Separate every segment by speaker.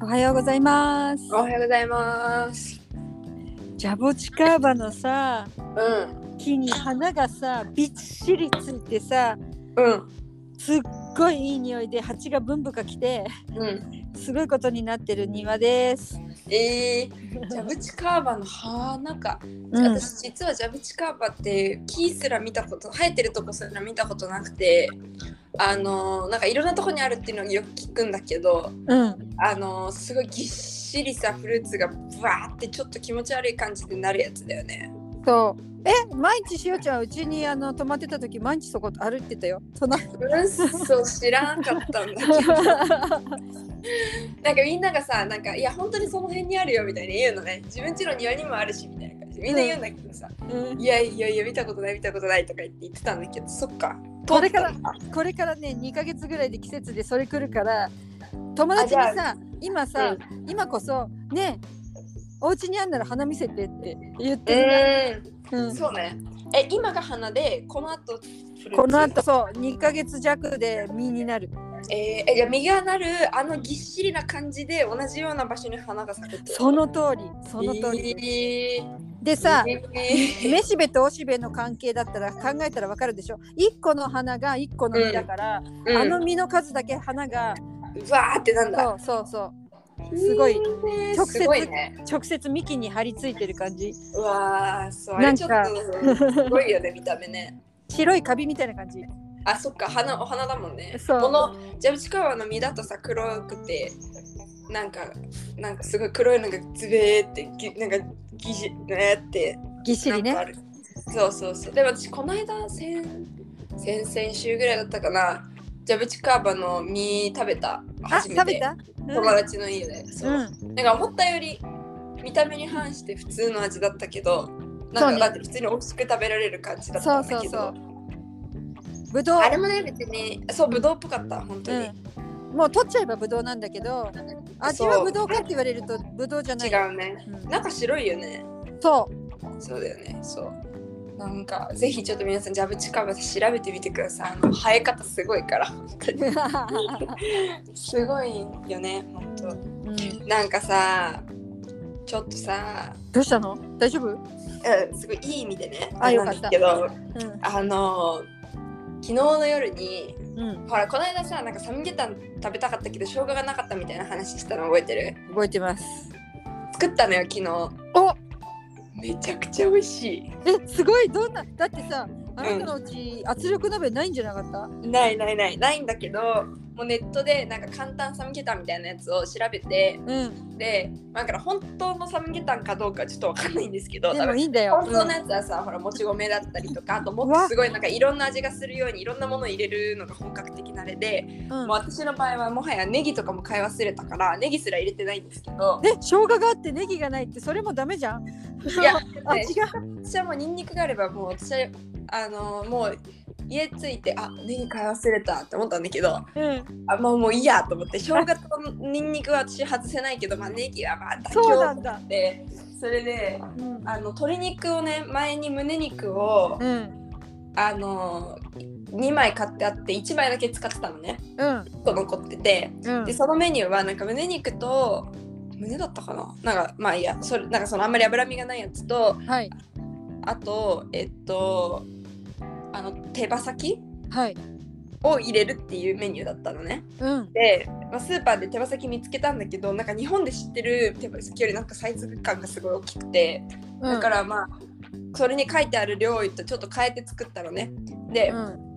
Speaker 1: おはようございます。
Speaker 2: おはようございます。
Speaker 1: ジャボチカーバのさ、
Speaker 2: うん。
Speaker 1: 木に花がさ、びっしりついてさ、
Speaker 2: うん。
Speaker 1: すっごいいい匂いで蜂がブンブカ来て、
Speaker 2: うん。
Speaker 1: すごいことになってる庭です。
Speaker 2: ええ ー、ジャブチカーバの花か。
Speaker 1: うん、
Speaker 2: 私実はジャブチカーバっていう木すら見たこと、生えてるとこすら見たことなくて、あのーなんかいろんなとこにあるっていうのをよく聞くんだけど、
Speaker 1: うん、
Speaker 2: あのーすごいぎっしりさフルーツがブワーってちょっと気持ち悪い感じになるやつだ よね。
Speaker 1: そう。え、毎日しおちゃんうちにあの泊まってた時、毎日そこ歩いてたよ。隣
Speaker 2: うん、そう知らんかったんだけどなんかみんながさなんかいや本当にその辺にあるよみたいに言うのね自分家の庭にもあるしみたいな感じでみんな言うんだけどさ、
Speaker 1: うん
Speaker 2: いやいやいや見たことない見たことないとか言って言ってたんだけどそっか
Speaker 1: これから
Speaker 2: 通ったんだ
Speaker 1: これからね、2ヶ月ぐらいで季節でそれ来るから、友達に
Speaker 2: あじ
Speaker 1: さ、今さ、今こそ、ねえ、お家にあんなら花見せてって言ってるなう
Speaker 2: うん
Speaker 1: ん
Speaker 2: そうねえ今が花でこの後フルーツ
Speaker 1: この後そう2ヶ月弱で実になる
Speaker 2: えーえじゃあ実がなるあのぎっしりな感じで同じような場所に花が咲くってこと
Speaker 1: その通りその通り、
Speaker 2: えー
Speaker 1: でさ
Speaker 2: えー
Speaker 1: めしべとおしべの関係だったら考えたらわかるでしょ1個の花が1個の実だから、
Speaker 2: うん
Speaker 1: あの実の数だけ花が、
Speaker 2: うわーってなんだ
Speaker 1: そうそうそうすごい
Speaker 2: えー
Speaker 1: 直接
Speaker 2: すごいね
Speaker 1: 直接幹に張り付いてる感じ
Speaker 2: うわあそ
Speaker 1: な
Speaker 2: れ
Speaker 1: ん
Speaker 2: ちょっ
Speaker 1: か
Speaker 2: とすごいよね見た目ね
Speaker 1: 白いカビみたいな感じ
Speaker 2: あそっか花お花だもんね
Speaker 1: そう
Speaker 2: このジャブチカワの実だとさ黒くてなんかなんかすごい黒いのがズベーってぎなんかぎじねーって
Speaker 1: ぎっしり
Speaker 2: なんかあ
Speaker 1: ね
Speaker 2: るそうそうそうでも私この間先先々週ぐらいだったかなジャブチカーバの実食べた
Speaker 1: あ
Speaker 2: 初めて
Speaker 1: 食べた、
Speaker 2: 友達の家で、そううん
Speaker 1: うん
Speaker 2: なんか思ったより見た目に反して普通の味だったけど、な
Speaker 1: そ
Speaker 2: ん
Speaker 1: う
Speaker 2: か
Speaker 1: ね
Speaker 2: だって普通に美味しく食べられる感じだったんだけど、
Speaker 1: そうそうぶどう
Speaker 2: あれもね別にそうブドウっぽかった本当に、
Speaker 1: うん、もう取っちゃえばぶどうなんだけど味はぶどうかって言われるとぶどうじゃな
Speaker 2: 違
Speaker 1: い、
Speaker 2: うね。
Speaker 1: うん
Speaker 2: なんか白いよね。
Speaker 1: そう
Speaker 2: そうだよね。そう。なんかぜひちょっと皆さんジャブチカバで調べてみてください。あの生え方すごいから本当にすごいよね本
Speaker 1: うん
Speaker 2: 当。なんかさちょっとさ、
Speaker 1: どうしたの大丈夫、うん、
Speaker 2: うん、すごいいい意味でね。
Speaker 1: あよか
Speaker 2: な
Speaker 1: っ
Speaker 2: んで
Speaker 1: た
Speaker 2: すけどあの昨日の夜に
Speaker 1: うん、
Speaker 2: ほらこの間さなんかサムゲタン食べたかったけど生姜がなかったみたいな話したの覚えてる
Speaker 1: 覚えてます
Speaker 2: 作ったのよ昨日
Speaker 1: お
Speaker 2: めちゃくちゃ美味し
Speaker 1: えすごいどんなだってさあなたのうち圧力鍋ないんじゃなかった、
Speaker 2: いないないないないんだけどもうネットでなんか簡単サムゲタンみたいなやつを調べて
Speaker 1: うん、
Speaker 2: でまあだから本当のサムゲタンかどうかちょっとわかんないんですけど
Speaker 1: でも
Speaker 2: 多分
Speaker 1: いいんだよ
Speaker 2: 本、当のやつはさ、ほらもち米だったりとかあともっとすごいなんかいろんな味がするようにいろんなものを入れるのが本格的なあれで
Speaker 1: うん
Speaker 2: もう私の場合はもはやネギとかも買い忘れたからネギすら入れてないんですけど
Speaker 1: え生姜があってネギがないってそれもダメじゃん
Speaker 2: いや
Speaker 1: あ違
Speaker 2: ね
Speaker 1: う
Speaker 2: 私はもうニンニクがあればもう私はあのーもう家着いてあネギ買い忘れたって思ったんだけど
Speaker 1: うん、
Speaker 2: あもうもういいやと思って生姜とニンニクは私外せないけど、まあ、ネギはまあ妥
Speaker 1: そうな
Speaker 2: 協
Speaker 1: んだ、
Speaker 2: でそれで
Speaker 1: うん
Speaker 2: あの鶏肉をね前に胸肉を
Speaker 1: うん
Speaker 2: あの2枚買ってあって1枚だけ使ってたのね
Speaker 1: うん
Speaker 2: 1個残ってて
Speaker 1: うん
Speaker 2: でそのメニューはなんか胸肉と胸だったかななんかまあいいやそれなんかそのあんまり脂身がないやつと
Speaker 1: はい
Speaker 2: あとえっとあの手羽先
Speaker 1: はい
Speaker 2: を入れるっていうメニューだったのね
Speaker 1: うん
Speaker 2: で、まあ、スーパーで手羽先見つけたんだけどなんか日本で知ってる手羽先よりなんかサイズ感がすごい大きくてだかららまあそれに書いてある量とちょっと変えて作ったのねで、
Speaker 1: うん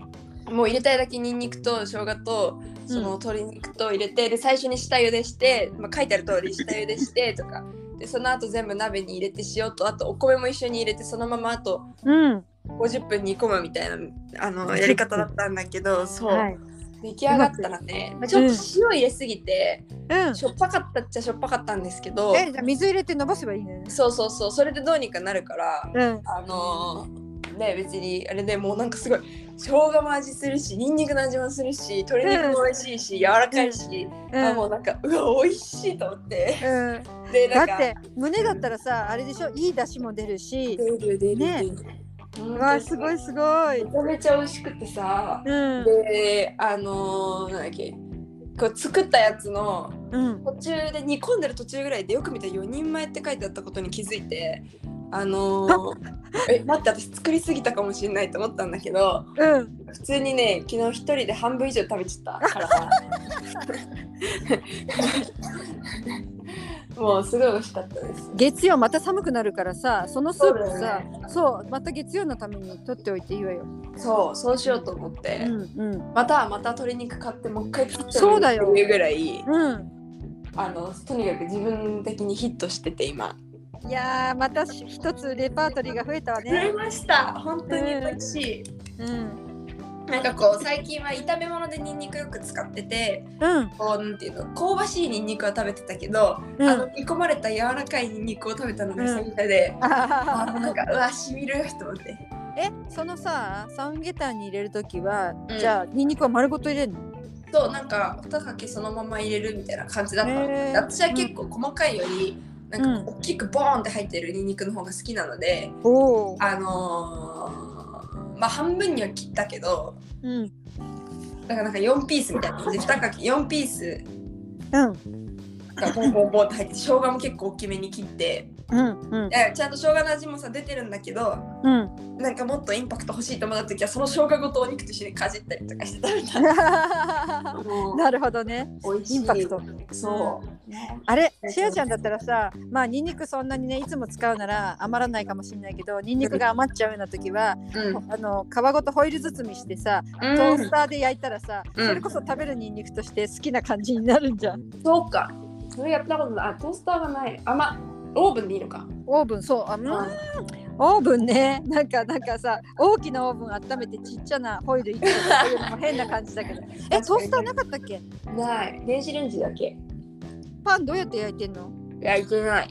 Speaker 2: もう入れたいだけニンニクと生姜とその鶏肉と入れて、で最初に下茹でして、まあ、書いてある通り下茹でしてとかでその後全部鍋に入れて塩とあとお米も一緒に入れてそのままあと
Speaker 1: うん
Speaker 2: 50分煮込むみたいなあのやり方だったんだ けどそう、
Speaker 1: はい
Speaker 2: 出来上がったらね、まあちょっと塩入れすぎて、
Speaker 1: うん
Speaker 2: しょっぱかったっちゃしょっぱかったんですけど
Speaker 1: えじゃあ水入れて伸ばせばいいね
Speaker 2: そうそうそうそれでどうにかなるから
Speaker 1: うん
Speaker 2: あのーね別にあれでもうなんかすごい生姜も味するしニンニクの味もするし鶏肉も美味しいし柔らかいし、あもうなんかうわ美味しいと思って
Speaker 1: うん
Speaker 2: で
Speaker 1: だ
Speaker 2: なんか
Speaker 1: って胸だったらさあれでしょいい出汁も出るし
Speaker 2: 出る出る出る、
Speaker 1: ね
Speaker 2: う
Speaker 1: うわすご
Speaker 2: め
Speaker 1: いすごい
Speaker 2: ちゃめちゃ美味しくてさ、
Speaker 1: うん
Speaker 2: であのーなんだっけこう作ったやつの
Speaker 1: うん
Speaker 2: 途中で煮込んでる途中ぐらいでよく見たら4人前って書いてあったことに気づいてあのー え待って私作りすぎたかもしれないと思ったんだけど
Speaker 1: うん
Speaker 2: 普通にね昨日一人で半分以上食べちゃったから もうすごい美味しかったです
Speaker 1: 月曜また寒くなるからさそのスープ
Speaker 2: そうだ
Speaker 1: さ
Speaker 2: よね
Speaker 1: そうまた月曜のために取っておいていいわよ
Speaker 2: そうそうしようと思って、
Speaker 1: うんうん
Speaker 2: またまた鶏肉買ってもう一回切って
Speaker 1: そうだよ
Speaker 2: もいいっていうぐらい
Speaker 1: うん
Speaker 2: あのとにかく自分的にヒットしてて今
Speaker 1: いやーまたし一つレパートリーが増えたわね
Speaker 2: ました本
Speaker 1: 当に美味
Speaker 2: しい、
Speaker 1: うん
Speaker 2: なんかこう最近は炒め物でニンニクよく使ってて
Speaker 1: うん
Speaker 2: こうなんていうの香ばしいニンニクは食べてたけど、
Speaker 1: うん
Speaker 2: あの煮込まれた柔らかいニンニクを食べたのが久々で、あーなんかうわしみると思って
Speaker 1: えそのさサムゲタンに入れるときは、
Speaker 2: うん
Speaker 1: じゃあニンニクは丸ごと入れるの
Speaker 2: そうなんか2かけそのまま入れるみたいな感じだったので、
Speaker 1: へー
Speaker 2: 私は結構細かいよりなんかこう大きくボーンって入ってるニンニクの方が好きなので、
Speaker 1: おお
Speaker 2: あのーまあ半分には切ったけど
Speaker 1: うんうん
Speaker 2: だからなんか4ピースみたいな感じで2かけ4ピースがボンボンボンって入って生姜も結構大きめに切って
Speaker 1: うんうん
Speaker 2: だからちゃんと生姜の味もさ出てるんだけど
Speaker 1: うん
Speaker 2: なんかもっとインパクト欲しいと思った時はその生姜ごとお肉と一緒にかじったりとかして食べた も
Speaker 1: なるほどね
Speaker 2: う美味しい
Speaker 1: インパクト
Speaker 2: そう、
Speaker 1: あれしあちゃんだったらさまあニンニクそんなにねいつも使うなら余らないかもしれないけどニンニクが余っちゃうような時は
Speaker 2: うん
Speaker 1: あの皮ごとホイル包みしてさ
Speaker 2: う
Speaker 1: ト
Speaker 2: ん
Speaker 1: ースターで焼いたらさ、
Speaker 2: うん
Speaker 1: それこそ食べるニンニクとして好きな感じになるんじゃん
Speaker 2: そうか。それやったことない。あ、トースターがない。あ、まあ、オーブンでいいのか。
Speaker 1: オーブンそうあうんオーブンねなんかなんかさ大きなオーブン温めてちっちゃなホイル一個っていうのも変な感じだけどえトースターなかったっけ
Speaker 2: ない。電子レンジだけ。
Speaker 1: パンどうやって焼いてんの
Speaker 2: 焼いてない。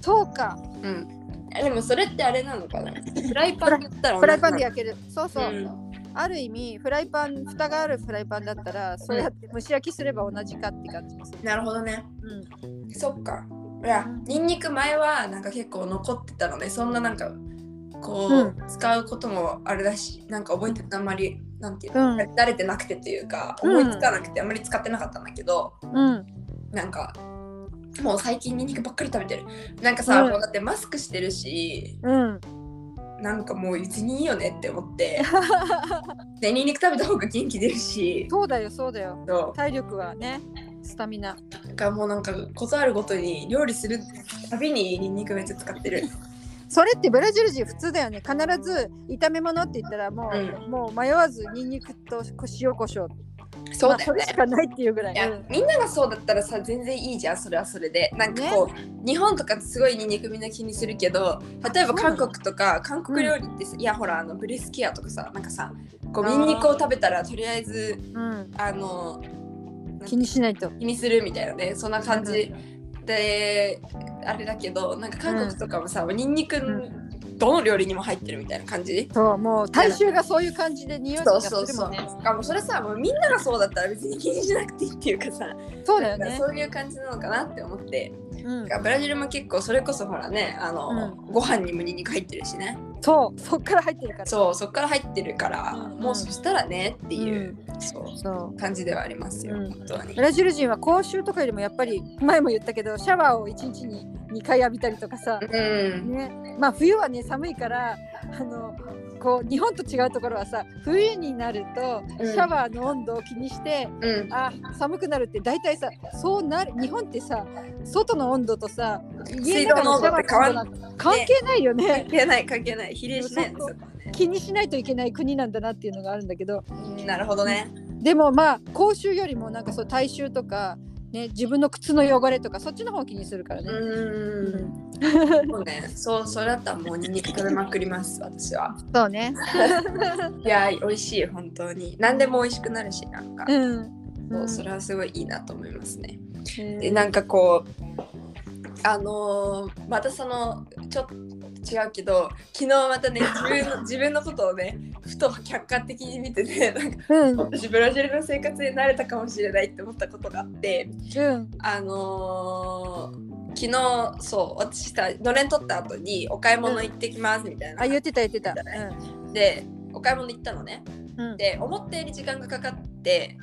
Speaker 1: そうか
Speaker 2: うん。でもそれってあれなのかな。フライパンでやったら
Speaker 1: フライパンで
Speaker 2: で
Speaker 1: 焼けるそうそう、
Speaker 2: うん
Speaker 1: ある意味フライパン蓋があるフライパンだったらそうやって蒸し焼きすれば同じかって感じでする
Speaker 2: なるほどね。
Speaker 1: うん
Speaker 2: そっか。いや、ニンニク前はなんか結構残ってたので、そんななんかこう、
Speaker 1: う
Speaker 2: 使うこともあれだし、なんか覚えてたあんまりなんていう
Speaker 1: う
Speaker 2: の、
Speaker 1: ん
Speaker 2: 慣れてなくてというか、
Speaker 1: うん
Speaker 2: 思いつかなくてあんまり使ってなかったんだけど。
Speaker 1: うん
Speaker 2: なんかもう最近ニンニクばっかり食べてるなんかさ、
Speaker 1: うん
Speaker 2: もうだってマスクしてるし
Speaker 1: うん
Speaker 2: なんかもう別にいいよねって思って でニンニク食べた方が元気出るし
Speaker 1: そうだよそうだよ
Speaker 2: そ
Speaker 1: 体力はねスタミナ
Speaker 2: うなんかもうなんかことあるごとに料理するたびにニンニクめっちゃ使ってる
Speaker 1: それってブラジル人普通だよね必ず炒め物って言ったらもう、
Speaker 2: う
Speaker 1: もう迷わずニンニクと塩コショウ
Speaker 2: そうだよ
Speaker 1: まあそれ
Speaker 2: ね
Speaker 1: しかないっていうぐらい
Speaker 2: いや
Speaker 1: うん
Speaker 2: みんながそうだったらさ全然いいじゃんそれはそれでなんかこう、日本とかすごいニンニクみんな気にするけど例えば
Speaker 1: そうな
Speaker 2: 韓
Speaker 1: の
Speaker 2: 国とか韓国料理ってさ、いやほらあのブリスケアとかさなんかさこう
Speaker 1: あ
Speaker 2: ニ
Speaker 1: ー
Speaker 2: ンニクを食べたらとりあえず
Speaker 1: うん、
Speaker 2: あの
Speaker 1: 気にしないと
Speaker 2: 気にするみたいなねそんな感じであれだけどなんか韓国とかもさ、ニンニクどの料理にも入ってるみたいな感じ、
Speaker 1: そうもう大衆がそういう感じで匂い
Speaker 2: そ
Speaker 1: が
Speaker 2: うそう
Speaker 1: する
Speaker 2: そ
Speaker 1: も
Speaker 2: うん
Speaker 1: ね
Speaker 2: しかもそれさもうみんながそうだったら別に気にしなくていいっていうかさ
Speaker 1: そうだよ
Speaker 2: なんか
Speaker 1: ね
Speaker 2: そういう感じなのかなって思って
Speaker 1: うん
Speaker 2: だからブラジルも結構それこそほらねあの、ご飯にもニンニク入ってるしね
Speaker 1: そうそっから入ってるから
Speaker 2: そうそっから入ってるから、
Speaker 1: うんうん
Speaker 2: もうそしたらねっていう、そう
Speaker 1: そう
Speaker 2: 感じではありますよ、
Speaker 1: うん
Speaker 2: 本当に
Speaker 1: ブ。ラジル人は口臭とかよりもやっぱり前も言ったけどシャワーを1日に2回浴びたりとかさ、
Speaker 2: うん
Speaker 1: ね、まあ冬はね寒いからあのこう日本と違うところはさ冬になると
Speaker 2: うん
Speaker 1: シャワーの温度を気にして、
Speaker 2: うん
Speaker 1: あ寒くなるって大体さそうなる日本ってさ外の温度とさ家の中のシャワーの温度なんか関係ないよね
Speaker 2: 関係ない関係ない比例しないんですよ。
Speaker 1: 気にしないといけない国なんだなっていうのがあるんだけど
Speaker 2: なるほどね。
Speaker 1: でもまあ口臭よりもなんかそう体臭とか、ね、自分の靴の汚れとかそっちの方を気にするからね。
Speaker 2: うん。そうね。そうそれだったらもうニンニク食べまくります私は。
Speaker 1: そうね。
Speaker 2: いや美味しい本当に。何でも美味しくなるしなんか。
Speaker 1: うん。
Speaker 2: そうそれはすごいいいなと思いますね。
Speaker 1: うん
Speaker 2: でなんかこうあのーまたそのちょっと違うけど昨日またね自分の自分のことをねふと客観的に見ててなんか
Speaker 1: うん。
Speaker 2: 私ブラジルの生活に慣れたかもしれないって思ったことがあって。
Speaker 1: うん。
Speaker 2: あのー昨日そう私さのれん取った後にお買い物行ってきますみたいな、
Speaker 1: あ言ってた言ってた。
Speaker 2: でお買い物行ったのね
Speaker 1: うん。うん。
Speaker 2: で思ったより時間がかかって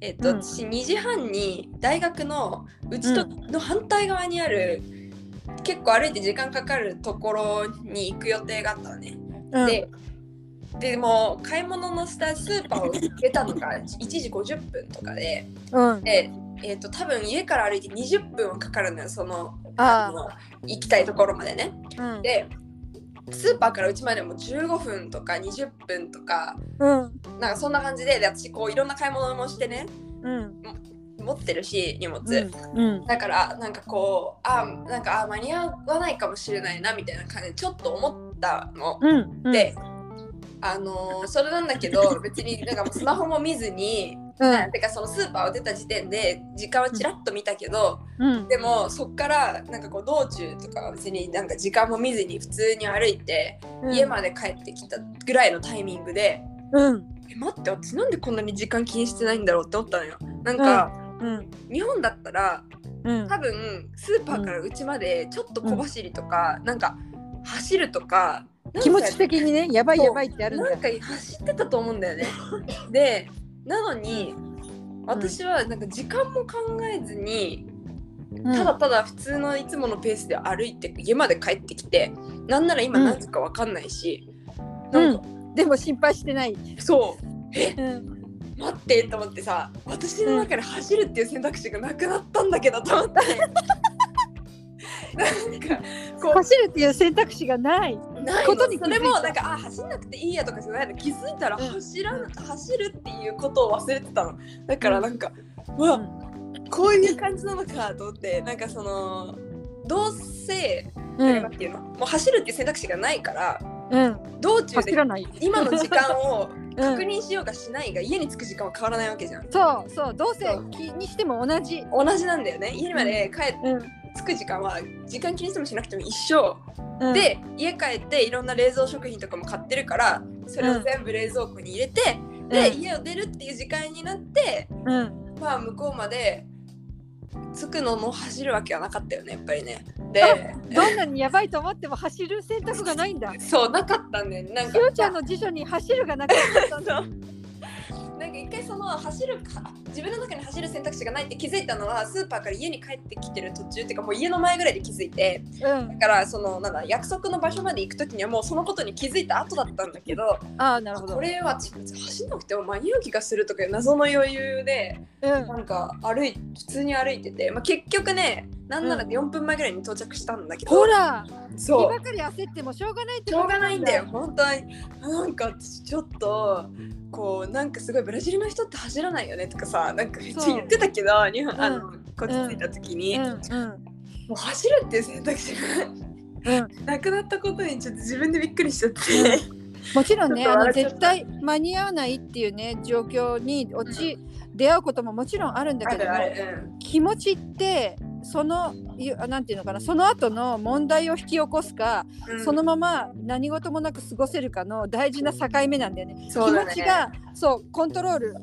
Speaker 2: えっと、
Speaker 1: うん
Speaker 2: 私2時半に大学のうちとの反対側にある、結構歩いて時間かかるところに行く予定があったのね。
Speaker 1: うん
Speaker 2: ででもう買い物のしたスーパーを出たのが1時50分とかで
Speaker 1: うん、
Speaker 2: で、えっと多分家から歩いて20分はかかるのよそのあ
Speaker 1: あ
Speaker 2: の行きたいところまでね。
Speaker 1: あ、うん、
Speaker 2: でスーパーからうちまでも15分とか20分とか
Speaker 1: うん、
Speaker 2: なんかそんな感じでで私こういろんな買い物もしてね
Speaker 1: うん、
Speaker 2: 持ってるし荷物、
Speaker 1: うん、
Speaker 2: だからなんかこうあなんかあ間に合わないかもしれないなみたいな感じでちょっと思ったの。
Speaker 1: うん、うん、
Speaker 2: で、あのーそれなんだけど 別になんかもうスマホも見ずに。
Speaker 1: うん、
Speaker 2: てかそのスーパーを出た時点で時間はちらっと見たけど
Speaker 1: うん、
Speaker 2: でもそっからなんかこう道中とかは別になんか時間も見ずに普通に歩いて家まで帰ってきたぐらいのタイミングで、
Speaker 1: うん、
Speaker 2: え待って私なんでこんなに時間気にしてないんだろうって思ったのよなんか、
Speaker 1: うん、
Speaker 2: 日本だったら
Speaker 1: うん、
Speaker 2: 多分スーパーから家までちょっと小走りとか、なんか走るとかなんか
Speaker 1: 気持ち的にね、やばいやばいってあるんだ
Speaker 2: なん。か走ってたと思うんだ よねでなのに私はなんか時間も考えずに、ただただ普通のいつものペースで歩いて家まで帰ってきてなんなら今
Speaker 1: うん
Speaker 2: 何時か分かんないし、
Speaker 1: う
Speaker 2: なん
Speaker 1: ん
Speaker 2: か、
Speaker 1: でも心配してない。
Speaker 2: そう
Speaker 1: うん、
Speaker 2: 待ってと思ってさ私の中で走るっていう選択肢がなくなったんだけどと思って。なんかこう
Speaker 1: 走るっていう選択肢がない。
Speaker 2: ない
Speaker 1: こ
Speaker 2: ことと
Speaker 1: に
Speaker 2: に
Speaker 1: 気
Speaker 2: そ
Speaker 1: づいた
Speaker 2: れもなんかあ走んなくていいやとかじゃないの気づいたら
Speaker 1: うん
Speaker 2: 走ら、
Speaker 1: うん
Speaker 2: 走るっていうことを忘れてたのだからなんか、う
Speaker 1: う
Speaker 2: わ
Speaker 1: ん
Speaker 2: こういう感じなのかと思ってなんかそのどうせ、なんていうのもう走るっていう選択肢がないから
Speaker 1: うん、
Speaker 2: 道中
Speaker 1: 走
Speaker 2: で
Speaker 1: らない。
Speaker 2: 今の時間を
Speaker 1: う
Speaker 2: 確
Speaker 1: ん、
Speaker 2: 認しようがしないが家に着く時間は変わらないわけじゃん
Speaker 1: そう、そう、どうせ気にしても同じ。
Speaker 2: 同じなんだよね家まで帰って
Speaker 1: うん、
Speaker 2: 着く時間は時間気にしてもしなくても一緒
Speaker 1: うん、
Speaker 2: で家帰っていろんな冷蔵食品とかも買ってるからそれを全部冷蔵庫に入れて、で家を出るっていう時間になって
Speaker 1: うん、
Speaker 2: まあ向こうまで着くのも走るわけはなかったよねやっぱりね。で
Speaker 1: どんなにやばいと思っても走る選択がないんだ。
Speaker 2: そうなかったんだよねなん
Speaker 1: し
Speaker 2: か
Speaker 1: おちゃんの辞書に走るがなかったん だ。
Speaker 2: なんか一回その走るか自分の中に走る選択肢がないって気づいたのはスーパーから家に帰ってきてる途中っていうかもう家の前ぐらいで気づいて
Speaker 1: うん
Speaker 2: だ、からそのなんだ約束の場所まで行く時にはもうそのことに気づいた後だったんだけど
Speaker 1: ああ、なるほど。
Speaker 2: これはちょっと走んなくても間に合う気がするとかいう謎の余裕で
Speaker 1: うん、
Speaker 2: なんか歩い普通に歩いてて、まあ、結局ねなんなら
Speaker 1: う
Speaker 2: 4分前ぐらいに到着したんだけど、
Speaker 1: ほら、気
Speaker 2: そ
Speaker 1: ば
Speaker 2: う
Speaker 1: かり焦ってもしょうがないって
Speaker 2: しょうがないんだよ。本当になんか私ちょっとこうなんかすごいブラジルの人って走らないよねとかさなんかめっちゃ言ってたけど日本、
Speaker 1: うん
Speaker 2: あのこっち着いた時に、
Speaker 1: うんう
Speaker 2: も
Speaker 1: ん
Speaker 2: う走るっていう選択肢
Speaker 1: うん
Speaker 2: がなくなったことにちょっと自分でびっくりしちゃって。
Speaker 1: もちろんね
Speaker 2: ちょっ
Speaker 1: あ
Speaker 2: と
Speaker 1: の
Speaker 2: 笑っちゃった
Speaker 1: 絶対間に合わないっていうね状況に落ち、出会うことももちろんあるんだけども
Speaker 2: あるある
Speaker 1: 気持ちってそのゆなんていうのかなその後の問題を引き起こすか、
Speaker 2: うん
Speaker 1: そのまま何事もなく過ごせるかの大事な境目なんだよね。
Speaker 2: そうだね
Speaker 1: 気持ちがそうコントロール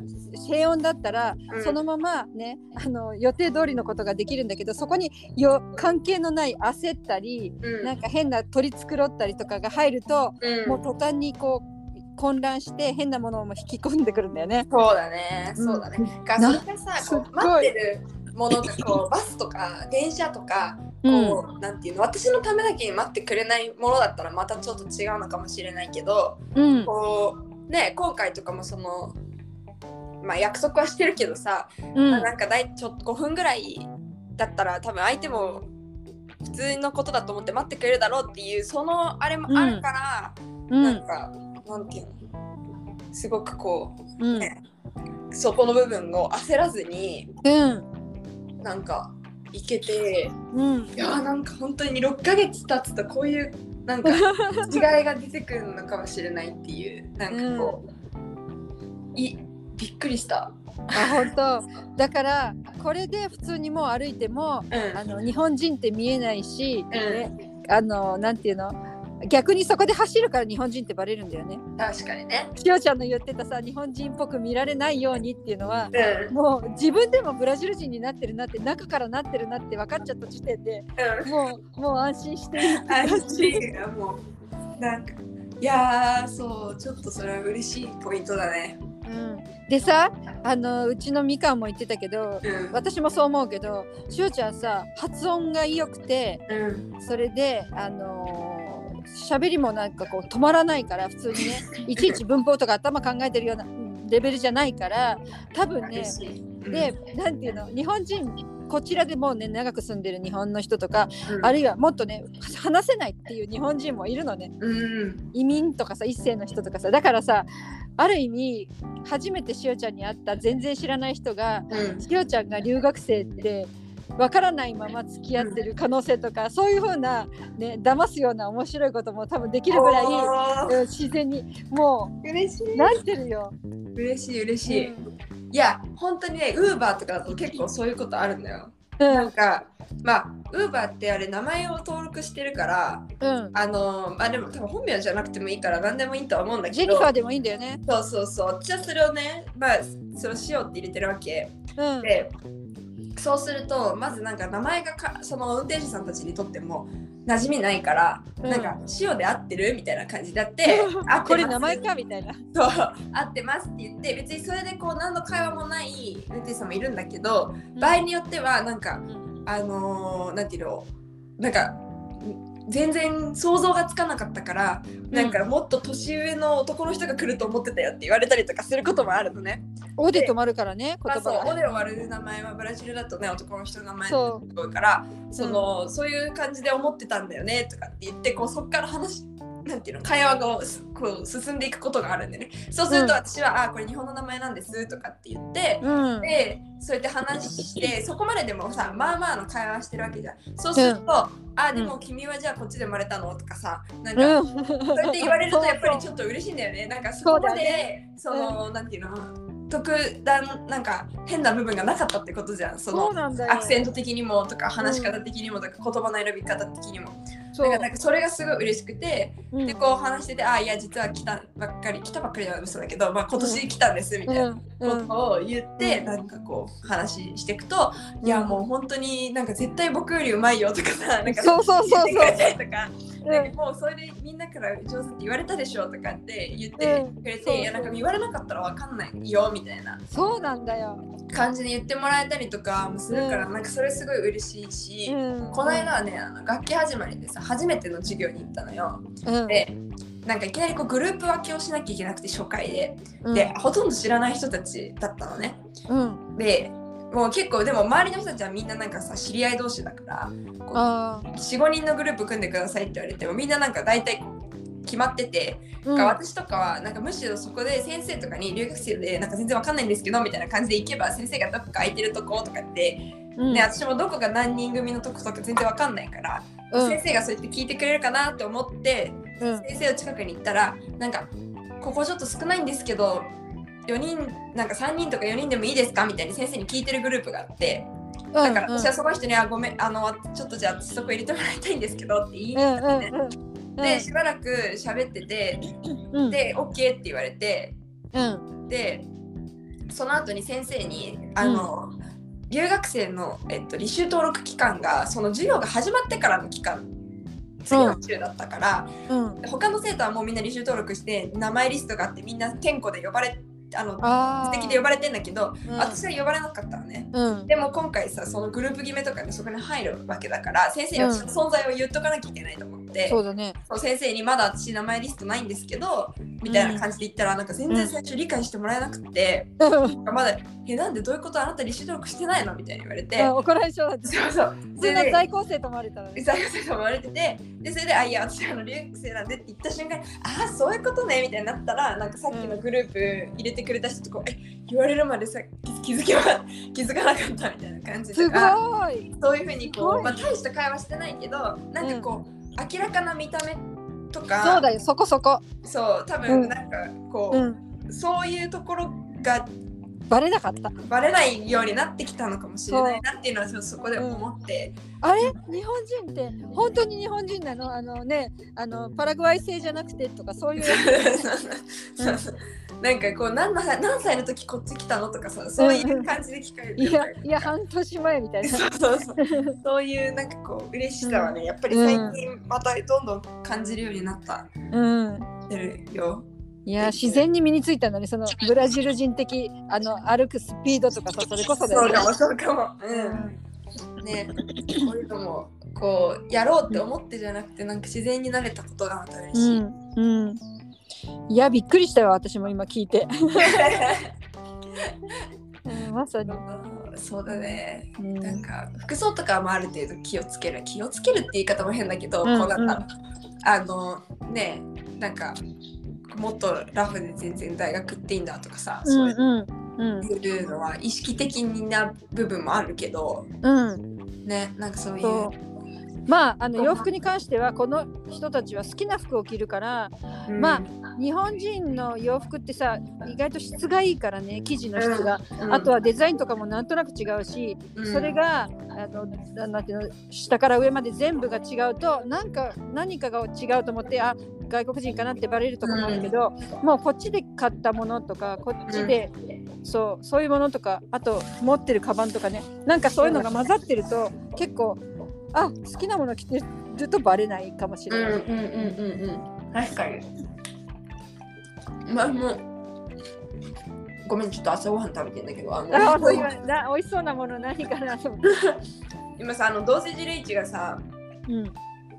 Speaker 1: 平穏だったら、
Speaker 2: うん
Speaker 1: そのままねあの予定通りのことができるんだけどそこによ関係のない焦ったり、
Speaker 2: うん
Speaker 1: なんか変な取り繕ったりとかが入ると、
Speaker 2: うん
Speaker 1: もう途端にこう混乱して変なものも引き込んでくるんだよね。
Speaker 2: そうだね、そうだね。か
Speaker 1: な
Speaker 2: それが
Speaker 1: す
Speaker 2: さ、
Speaker 1: っ
Speaker 2: こう
Speaker 1: ごい
Speaker 2: 待ってるものがこ うバスとか電車とか、こう、なんていうの、私のためだけに待ってくれないものだったらまたちょっと違うのかもしれないけど、
Speaker 1: うん、
Speaker 2: こうね、今回とかもその。まあ約束はしてるけどさ、
Speaker 1: うん、
Speaker 2: まあなんかだいちょっと5分ぐらいだったら多分相手も普通のことだと思って待ってくれるだろうっていうそのあれもあるから、
Speaker 1: う
Speaker 2: なん
Speaker 1: ん、
Speaker 2: かなんていうのすごくこう
Speaker 1: うん、
Speaker 2: そこの部分を焦らずに
Speaker 1: うん、
Speaker 2: なんかいけて
Speaker 1: うん、
Speaker 2: いやーなんか本当に6ヶ月経つとこういうなんか違いが出てくるのかもしれないっていうなんかこう、いびっくりした。
Speaker 1: あ、本当。だから、これで普通にもう歩いても、
Speaker 2: うん
Speaker 1: あの日本人って見えないし、
Speaker 2: ん
Speaker 1: ね、あの、なんていうの。逆にそこで走るから日本人ってバレるんだよね。
Speaker 2: 確かにね。
Speaker 1: しおちゃんの言ってたさ日本人っぽく見られないようにっていうのは
Speaker 2: うんうん
Speaker 1: もう自分でもブラジル人になってるなって中からなってるなって分かっちゃった時点でもうもう安心してる
Speaker 2: 安心がもうなんかいやーそうちょっとそれは嬉しいポイントだね。
Speaker 1: うん、でさあのうちのみかんも言ってたけど
Speaker 2: うん
Speaker 1: 私もそう思うけどしおちゃんさ発音が良くて
Speaker 2: うん
Speaker 1: それであのー喋りもなんかこう止まらないから普通に ねいちいち文法とか頭考えてるようなうんレベルじゃないから多分ね
Speaker 2: 嬉しいうん
Speaker 1: でなんていうの日本人こちらでもうね長く住んでる日本の人とか
Speaker 2: うん
Speaker 1: あるいはもっとね話せないっていう日本人もいるのね
Speaker 2: うん
Speaker 1: 移民とかさ一世の人とかさだからさある意味初めてしおちゃんに会った全然知らない人が
Speaker 2: うん
Speaker 1: しおちゃんが留学生ってわからないまま付き合ってる可能性とか、そういうふうなね騙すような面白いことも多分できるぐらい、
Speaker 2: おー
Speaker 1: うん自然にも
Speaker 2: 嬉し
Speaker 1: う
Speaker 2: い
Speaker 1: なってるよ。
Speaker 2: 嬉しい嬉しい、
Speaker 1: う
Speaker 2: いや本当にねウーバーとかだと結構そういうことあるんだよ
Speaker 1: ん
Speaker 2: なんかまあウーバーってあれ名前を登録してるから
Speaker 1: うん、
Speaker 2: あのまあでも多分本名じゃなくてもいいから何でもいいとは思うんだけど
Speaker 1: ジェニファーでもいいんだよね。
Speaker 2: そうそうそうじゃあそれをねまあそれをしようって入れてるわけ
Speaker 1: うん、
Speaker 2: でそうするとまずなんか名前がかその運転手さんたちにとっても馴染みないから、
Speaker 1: うん
Speaker 2: なんか塩で合ってるみたいな感じだ ってあ
Speaker 1: これ名前かみたいな。
Speaker 2: そう合ってますって言って別にそれでこう何の会話もない運転手さんもいるんだけど、場合によってはなんかあのーなんていうのなんかん全然想像がつかなかったから、なんかもっと年上の男の人が来ると思ってたよって言われたりとかすることもあるのね。
Speaker 1: おで止まるからね
Speaker 2: ま
Speaker 1: 言
Speaker 2: あ、そう
Speaker 1: 葉
Speaker 2: オ
Speaker 1: が。
Speaker 2: デロ割る名前はブラジルだとね男の人の名前が
Speaker 1: そ
Speaker 2: 多いからその、そういう感じで思ってたんだよねとかって言ってこうそっから話なんていうの会話がすこう進んでいくことがあるんでねそうすると
Speaker 1: うん
Speaker 2: 私は「ああこれ日本の名前なんです」とかって言って、
Speaker 1: う。うん。
Speaker 2: でそうやって話してそこまででもさまあまあの会話してるわけじゃんそうすると、ああでも君はじゃあこっちで生まれたのとかさなんか、
Speaker 1: うん。
Speaker 2: そうやって言われるとやっぱりちょっと嬉しいんだよねなんかそこまで
Speaker 1: そうだ
Speaker 2: その、なんていうの特段なんか変な部分がなかったってことじゃんそ
Speaker 1: そう
Speaker 2: の
Speaker 1: なんだよ。
Speaker 2: アクセント的にもとか話し方的にもとか、言葉の選び方的にも
Speaker 1: そ
Speaker 2: なん
Speaker 1: う
Speaker 2: かなんかそれがすごい嬉しくて
Speaker 1: うん
Speaker 2: でこう話しててあいや実は来たばっかり来たばっかりは嘘だけど、まあ、今年来たんですみたいな。
Speaker 1: う
Speaker 2: こ
Speaker 1: ん。うん。
Speaker 2: とを言って、
Speaker 1: うん
Speaker 2: なんかこう話していくと、
Speaker 1: うん
Speaker 2: いやもう本当になんか絶対僕よりうまいよとかさなんか
Speaker 1: そうそうそうそう
Speaker 2: 言ってくれたりとか
Speaker 1: うん
Speaker 2: もうそれでみんなから上手って言われたでしょとかって言ってくれて、
Speaker 1: うん
Speaker 2: いやなんか言われなかったらわかんないよみたいな
Speaker 1: そうなんだよ。
Speaker 2: 感じで言ってもらえたりとかもするから、
Speaker 1: う
Speaker 2: なんかそれすごい嬉しいし、
Speaker 1: うん
Speaker 2: この間はねあの楽器始まりでさ初めての授業に行ったのよ。
Speaker 1: うん
Speaker 2: でなんかいきなりこうグループ分けをしなきゃいけなくて初回で、
Speaker 1: うん
Speaker 2: でほとんど知らない人たちだったのね。
Speaker 1: うん。
Speaker 2: でもう結構でも周りの人たちはみんななんかさ知り合い同士だから
Speaker 1: ああ。
Speaker 2: 45人のグループ組んでくださいって言われてもみんななんか大体こう決まってて、
Speaker 1: う
Speaker 2: だから
Speaker 1: ん
Speaker 2: 私とかはなんかむしろそこで先生とかに留学生でなんか全然わかんないんですけどみたいな感じで行けば先生がどこか空いてるとことかって、
Speaker 1: うん
Speaker 2: ね、私もどこが何人組のとことか全然わかんないから、
Speaker 1: うん
Speaker 2: 先生がそうやって聞いてくれるかなって思って
Speaker 1: うん
Speaker 2: 先生の近くに行ったらなんかここちょっと少ないんですけど4人なんか3人とか4人でもいいですかみたいに先生に聞いてるグループがあってだから私はその人に「あごめんあのちょっとじゃあそこ入れてもらいたいんですけど」って言いに
Speaker 1: う
Speaker 2: 行
Speaker 1: んう
Speaker 2: っ
Speaker 1: ん
Speaker 2: た
Speaker 1: うん
Speaker 2: ね
Speaker 1: うん
Speaker 2: でしばらく喋ってて
Speaker 1: うん
Speaker 2: で OK って言われて
Speaker 1: うん
Speaker 2: でその後に先生にあの、留学生の、えっと、履修登録期間がその授業が始まってからの期間次の週だったから、
Speaker 1: うん
Speaker 2: 他の生徒はもうみんな履修登録して名前リストがあってみんな点呼で呼ばれあの
Speaker 1: ああ
Speaker 2: 素敵で呼ばれてんだけど、
Speaker 1: うん
Speaker 2: 私は呼ばれなかったのね
Speaker 1: うん
Speaker 2: でも今回さそのグループ決めとかでそこに入るわけだから先生に私の存在を言っとかなきゃいけないと思って、
Speaker 1: そうだね
Speaker 2: そう先生にまだ私名前リストないんですけどみたいな感じで言ったら、なんか全然最初理解してもらえなくて、
Speaker 1: うん
Speaker 2: まだ「えなんでどういうことあなた履修登録してないの?」みたいに言われて、
Speaker 1: 怒られそうだって
Speaker 2: そうそう
Speaker 1: 普
Speaker 2: それ
Speaker 1: 通
Speaker 2: で
Speaker 1: の在校生と思われたらね
Speaker 2: 大学生と思われててでそれで「あいや私あの留学生なんで」って言った瞬間に「ああそういうことね」みたいになったらなんかさっきのグループ入れてくれた人とこう、え言われるまでさ気づ気づけば気づかなかったみたいな感じ
Speaker 1: すご
Speaker 2: とか
Speaker 1: い
Speaker 2: そういうふうに
Speaker 1: す
Speaker 2: こ
Speaker 1: ご
Speaker 2: う、
Speaker 1: い
Speaker 2: まあ、大した会話してないけどなんかこう、明らかな見た目とか
Speaker 1: そうだよそこそこ
Speaker 2: そう多
Speaker 1: う
Speaker 2: 分
Speaker 1: ん
Speaker 2: なんかこう、
Speaker 1: うん
Speaker 2: そういうところが
Speaker 1: バレなかった
Speaker 2: バレないようになってきたのかもしれないなっていうのはちょっとそこで思って、
Speaker 1: あれ日本人って本当に日本人なのあのねあのパラグアイ製じゃなくてとかそういう
Speaker 2: そうそう なんかこう何の何歳の時こっち来たのとかさそういう感じで聞かれる
Speaker 1: いやいや半年前みたいな
Speaker 2: そうそうそうそういうなんかこう嬉しさはねやっぱり最近またどんどん感じるようになった
Speaker 1: うん
Speaker 2: ってるよ。
Speaker 1: いや自然に身についたんだねそのブラジル人的あの歩くスピードとかさそれこそだ
Speaker 2: そうか
Speaker 1: よ
Speaker 2: も
Speaker 1: ね。
Speaker 2: そうかも。うん。ね、こういうのもこうやろうって思ってじゃなくてなんか自然になれたことがまた嬉
Speaker 1: う
Speaker 2: しい。
Speaker 1: ん、うん、いやびっくりしたよ私も今聞いて。うんまさに、
Speaker 2: そうだね。
Speaker 1: う
Speaker 2: なん
Speaker 1: ん
Speaker 2: か服装とかもある程度気をつける気をつけるって言い方も変だけど、
Speaker 1: うんうん
Speaker 2: こうなんかあのねなんかもっとラフで全然大学っていいんだとかさ、
Speaker 1: うん
Speaker 2: そう
Speaker 1: うんうん
Speaker 2: いうのは意識的な部分もあるけど
Speaker 1: うん
Speaker 2: ねなんかそういう
Speaker 1: そうまああの洋服に関してはこの人たちは好きな服を着るから
Speaker 2: うん
Speaker 1: ま日本人の洋服ってさ意外と質がいいからね生地の質が、
Speaker 2: うん
Speaker 1: あとはデザインとかもなんとなく違うし、
Speaker 2: うん
Speaker 1: それがあのななんていうの下から上まで全部が違うとなんか何かが違うと思ってあ外国人かなってバレるとこもあるけど、もうこっちで買ったものとかこっちで、そうそういうものとかあと持ってるカバンとかねなんかそういうのが混ざってると結構あ好きなもの着てるとバレないかもし
Speaker 2: うん
Speaker 1: れ
Speaker 2: うん
Speaker 1: ない。
Speaker 2: うんうんうん確かにまあもうごめんちょっと朝ごはん食べてんだけどあの
Speaker 1: あそういうな美味しそうなもの何かなと思って。
Speaker 2: 今さあの同せジレイチがさ
Speaker 1: うん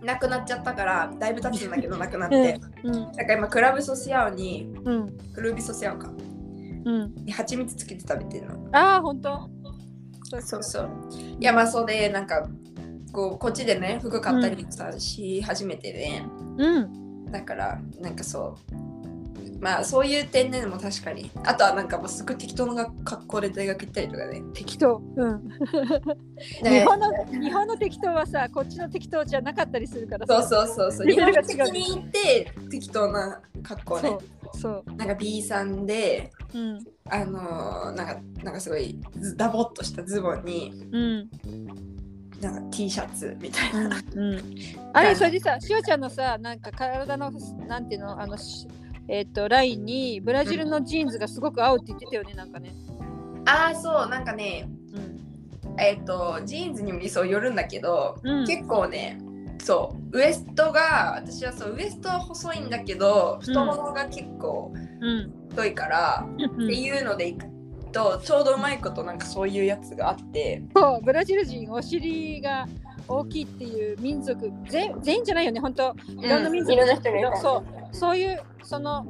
Speaker 2: なくなっちゃったからだいぶ経つん だけどなくなって
Speaker 1: うん
Speaker 2: なんか今クラブソシアオに
Speaker 1: うん
Speaker 2: クルービソシアオか
Speaker 1: うん。
Speaker 2: に蜂蜜つけて食べてるの
Speaker 1: ああ本当。
Speaker 2: そうそういやまあそうでなんかこうこっちでね服買ったりもさ、し始めてね
Speaker 1: うん
Speaker 2: だからなんかそうまあそういう点でも確かにあとはなんかもうすごい適当な格好で大学行ったりとかね
Speaker 1: 適当。うん。日
Speaker 2: ね
Speaker 1: 本の日本の適当はさこっちの適当じゃなかったりするから
Speaker 2: そう
Speaker 1: さ
Speaker 2: そうそうそう
Speaker 1: レ
Speaker 2: 日
Speaker 1: ベル
Speaker 2: 本
Speaker 1: が違う
Speaker 2: 的に行って適当な格好ね
Speaker 1: そう
Speaker 2: なんか B さんで
Speaker 1: そううん
Speaker 2: あのーなんかなんかすごいずダボっとしたズボンに
Speaker 1: うん
Speaker 2: なんか T シャツみたいな、
Speaker 1: うんうんあれそれでさしおちゃんのさなんか体のなんていうのあのしえっ、とラインにブラジルのジーンズがすごく合うって言ってたよねなんかね
Speaker 2: ああそうなんかね
Speaker 1: うん
Speaker 2: えっ、とジーンズにも理想よるんだけど、
Speaker 1: うん
Speaker 2: 結構ねそうウエストが私はそうウエストは細いんだけど太ももが結構
Speaker 1: うん
Speaker 2: 太いから、
Speaker 1: う
Speaker 2: って
Speaker 1: ん
Speaker 2: いうのでいくとちょうどうまいことなんかそういうやつがあって
Speaker 1: そうブラジル人お尻が大きいっていう民族全全員じゃないよね本当いろんな民族
Speaker 2: いろんな人がいるから
Speaker 1: そうそういうその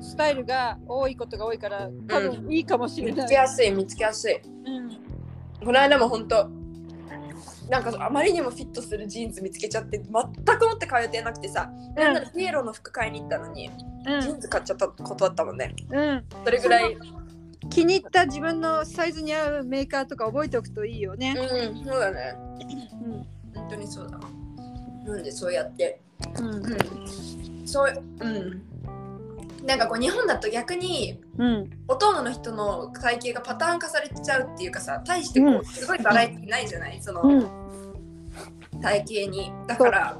Speaker 1: スタイルが多いことが多いから多分いいかもしれ
Speaker 2: 見
Speaker 1: な
Speaker 2: つ
Speaker 1: い
Speaker 2: け、やすい見つけやすい
Speaker 1: うん
Speaker 2: この間も本当なんかあまりにもフィットするジーンズ見つけちゃって全くもって通ってなくてさ、なんならピエロの服買いに行ったのに、ジーンズ買っちゃったことだったもんね
Speaker 1: うん、
Speaker 2: それぐらい
Speaker 1: 気に入った自分のサイズに合うメーカーとか覚えておくといいよね。
Speaker 2: うんそうだね本当にそうだわなんでそうやって
Speaker 1: うん、うん、
Speaker 2: うんそううんなんかこう日本だと逆に
Speaker 1: うん、
Speaker 2: ほとんどの人の体型がパターン化されちゃうっていうかさ大してこ
Speaker 1: うん
Speaker 2: うすごいバラエティないじゃない、その
Speaker 1: うん、
Speaker 2: 体型にだから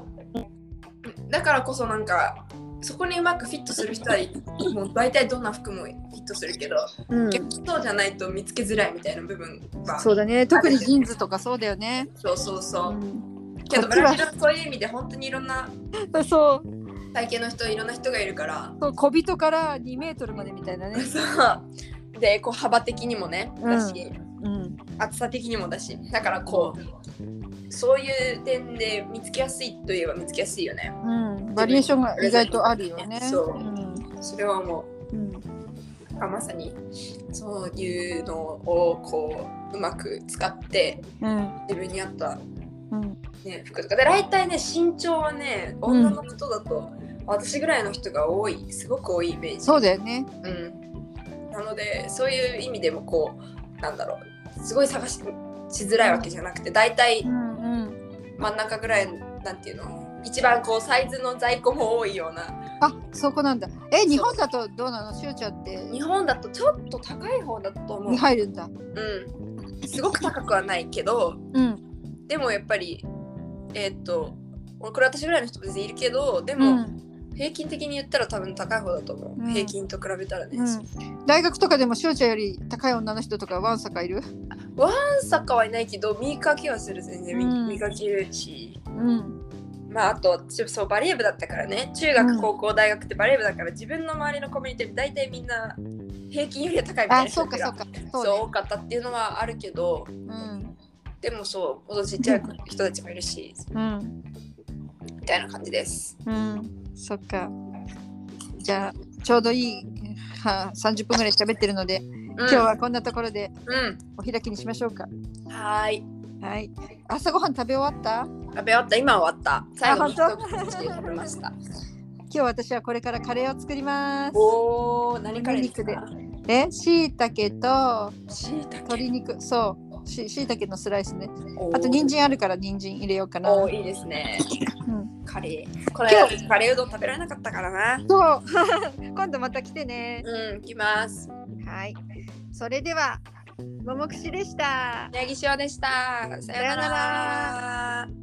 Speaker 2: だからこそなんかそこにうまくフィットする人はもう大体どんな服もフィットするけど、逆にそうじゃないと見つけづらいみたいな部分は
Speaker 1: そうだね、特にジーンズとかそうだよね。
Speaker 2: そうそうそううんけど
Speaker 1: こ
Speaker 2: ブ
Speaker 1: っちは
Speaker 2: ラジルはそういう意味で本当にいろんな
Speaker 1: そう、
Speaker 2: 体型の人いろんな人がいるから
Speaker 1: そう小人から2メートルまでみたいなね。
Speaker 2: そうでこう幅的にもね
Speaker 1: うん
Speaker 2: だし、
Speaker 1: うん、
Speaker 2: 厚さ的にもだしだからこうそういう点で見つけやすいといえば見つけやすいよね
Speaker 1: うん、バリエーションが意外とあるよね。、
Speaker 2: そうんそれはも
Speaker 1: うん、
Speaker 2: うあまさにそういうのをこううまく使って
Speaker 1: うん、
Speaker 2: 自分に合った、
Speaker 1: うん、
Speaker 2: ね、服とかで大体ね身長はね女の人だと私ぐらいの人が多いすごく多いイメージ
Speaker 1: そうだよね。
Speaker 2: うん、なのでそういう意味でもこうなんだろうすごい探ししづらいわけじゃなくて大体
Speaker 1: ん、うん、
Speaker 2: 真ん中ぐらいなんていうの一番こうサイズの在庫も多いような
Speaker 1: あ、そこなんだ。え、日本だとどうなの、しおちゃんって。
Speaker 2: 日本だとちょっと高い方だと思う
Speaker 1: に、入るんだ。
Speaker 2: うん、すごく高くはないけど
Speaker 1: うん、
Speaker 2: でもやっぱりえーっとこれ私ぐらいの人も全然いるけどで
Speaker 1: う
Speaker 2: も
Speaker 1: ん、
Speaker 2: 平均的に言ったら多分高い方だと思う、
Speaker 1: うん
Speaker 2: 平均と比べたらね、
Speaker 1: う。
Speaker 2: そうん
Speaker 1: 大学とかでもしおちゃんより高い女の人とかワンサかいる。
Speaker 2: サッカーはいないけど見かけはする全然見,、
Speaker 1: うん
Speaker 2: 見かけるし
Speaker 1: うん。
Speaker 2: うまあ、あとちょそうバレー部だったからね中学、
Speaker 1: うん
Speaker 2: 高校大学ってバレー部だから自分の周りのコミュニティで大体みんな平均よりは高いみたい
Speaker 1: あ
Speaker 2: な
Speaker 1: そ
Speaker 2: 人
Speaker 1: うか
Speaker 2: たち
Speaker 1: そ
Speaker 2: が
Speaker 1: うか
Speaker 2: そう
Speaker 1: そう
Speaker 2: 多かったっていうのはあるけど
Speaker 1: ね
Speaker 2: でもそうほどちっちゃい人たちもいるし
Speaker 1: うんうん
Speaker 2: みたいな感じです
Speaker 1: うんそっかじゃあちょうどいいは30分ぐらい喋ってるので
Speaker 2: 今
Speaker 1: 今日はこんなところで
Speaker 2: う
Speaker 1: お開きにしましょうか
Speaker 2: んはーい
Speaker 1: はい朝ごはん食べ終わった
Speaker 2: 食べ終わった今終わった最後に
Speaker 1: あ本
Speaker 2: 一口食べました
Speaker 1: 今日私はこれからカレーを作ります
Speaker 2: おー何カレーですか
Speaker 1: えしいたけと
Speaker 2: 椎茸
Speaker 1: 鶏肉そうしいたけのスライスね
Speaker 2: おー
Speaker 1: あと人参あるから人参入れようかな
Speaker 2: おーいいですね
Speaker 1: うん
Speaker 2: カレーこれカレーうどん食べられなかったからな
Speaker 1: そう 今度また来てね
Speaker 2: うん行きます
Speaker 1: はい。それでは、ももくしでした。
Speaker 2: 八木しおでしたさような
Speaker 1: さような
Speaker 2: ら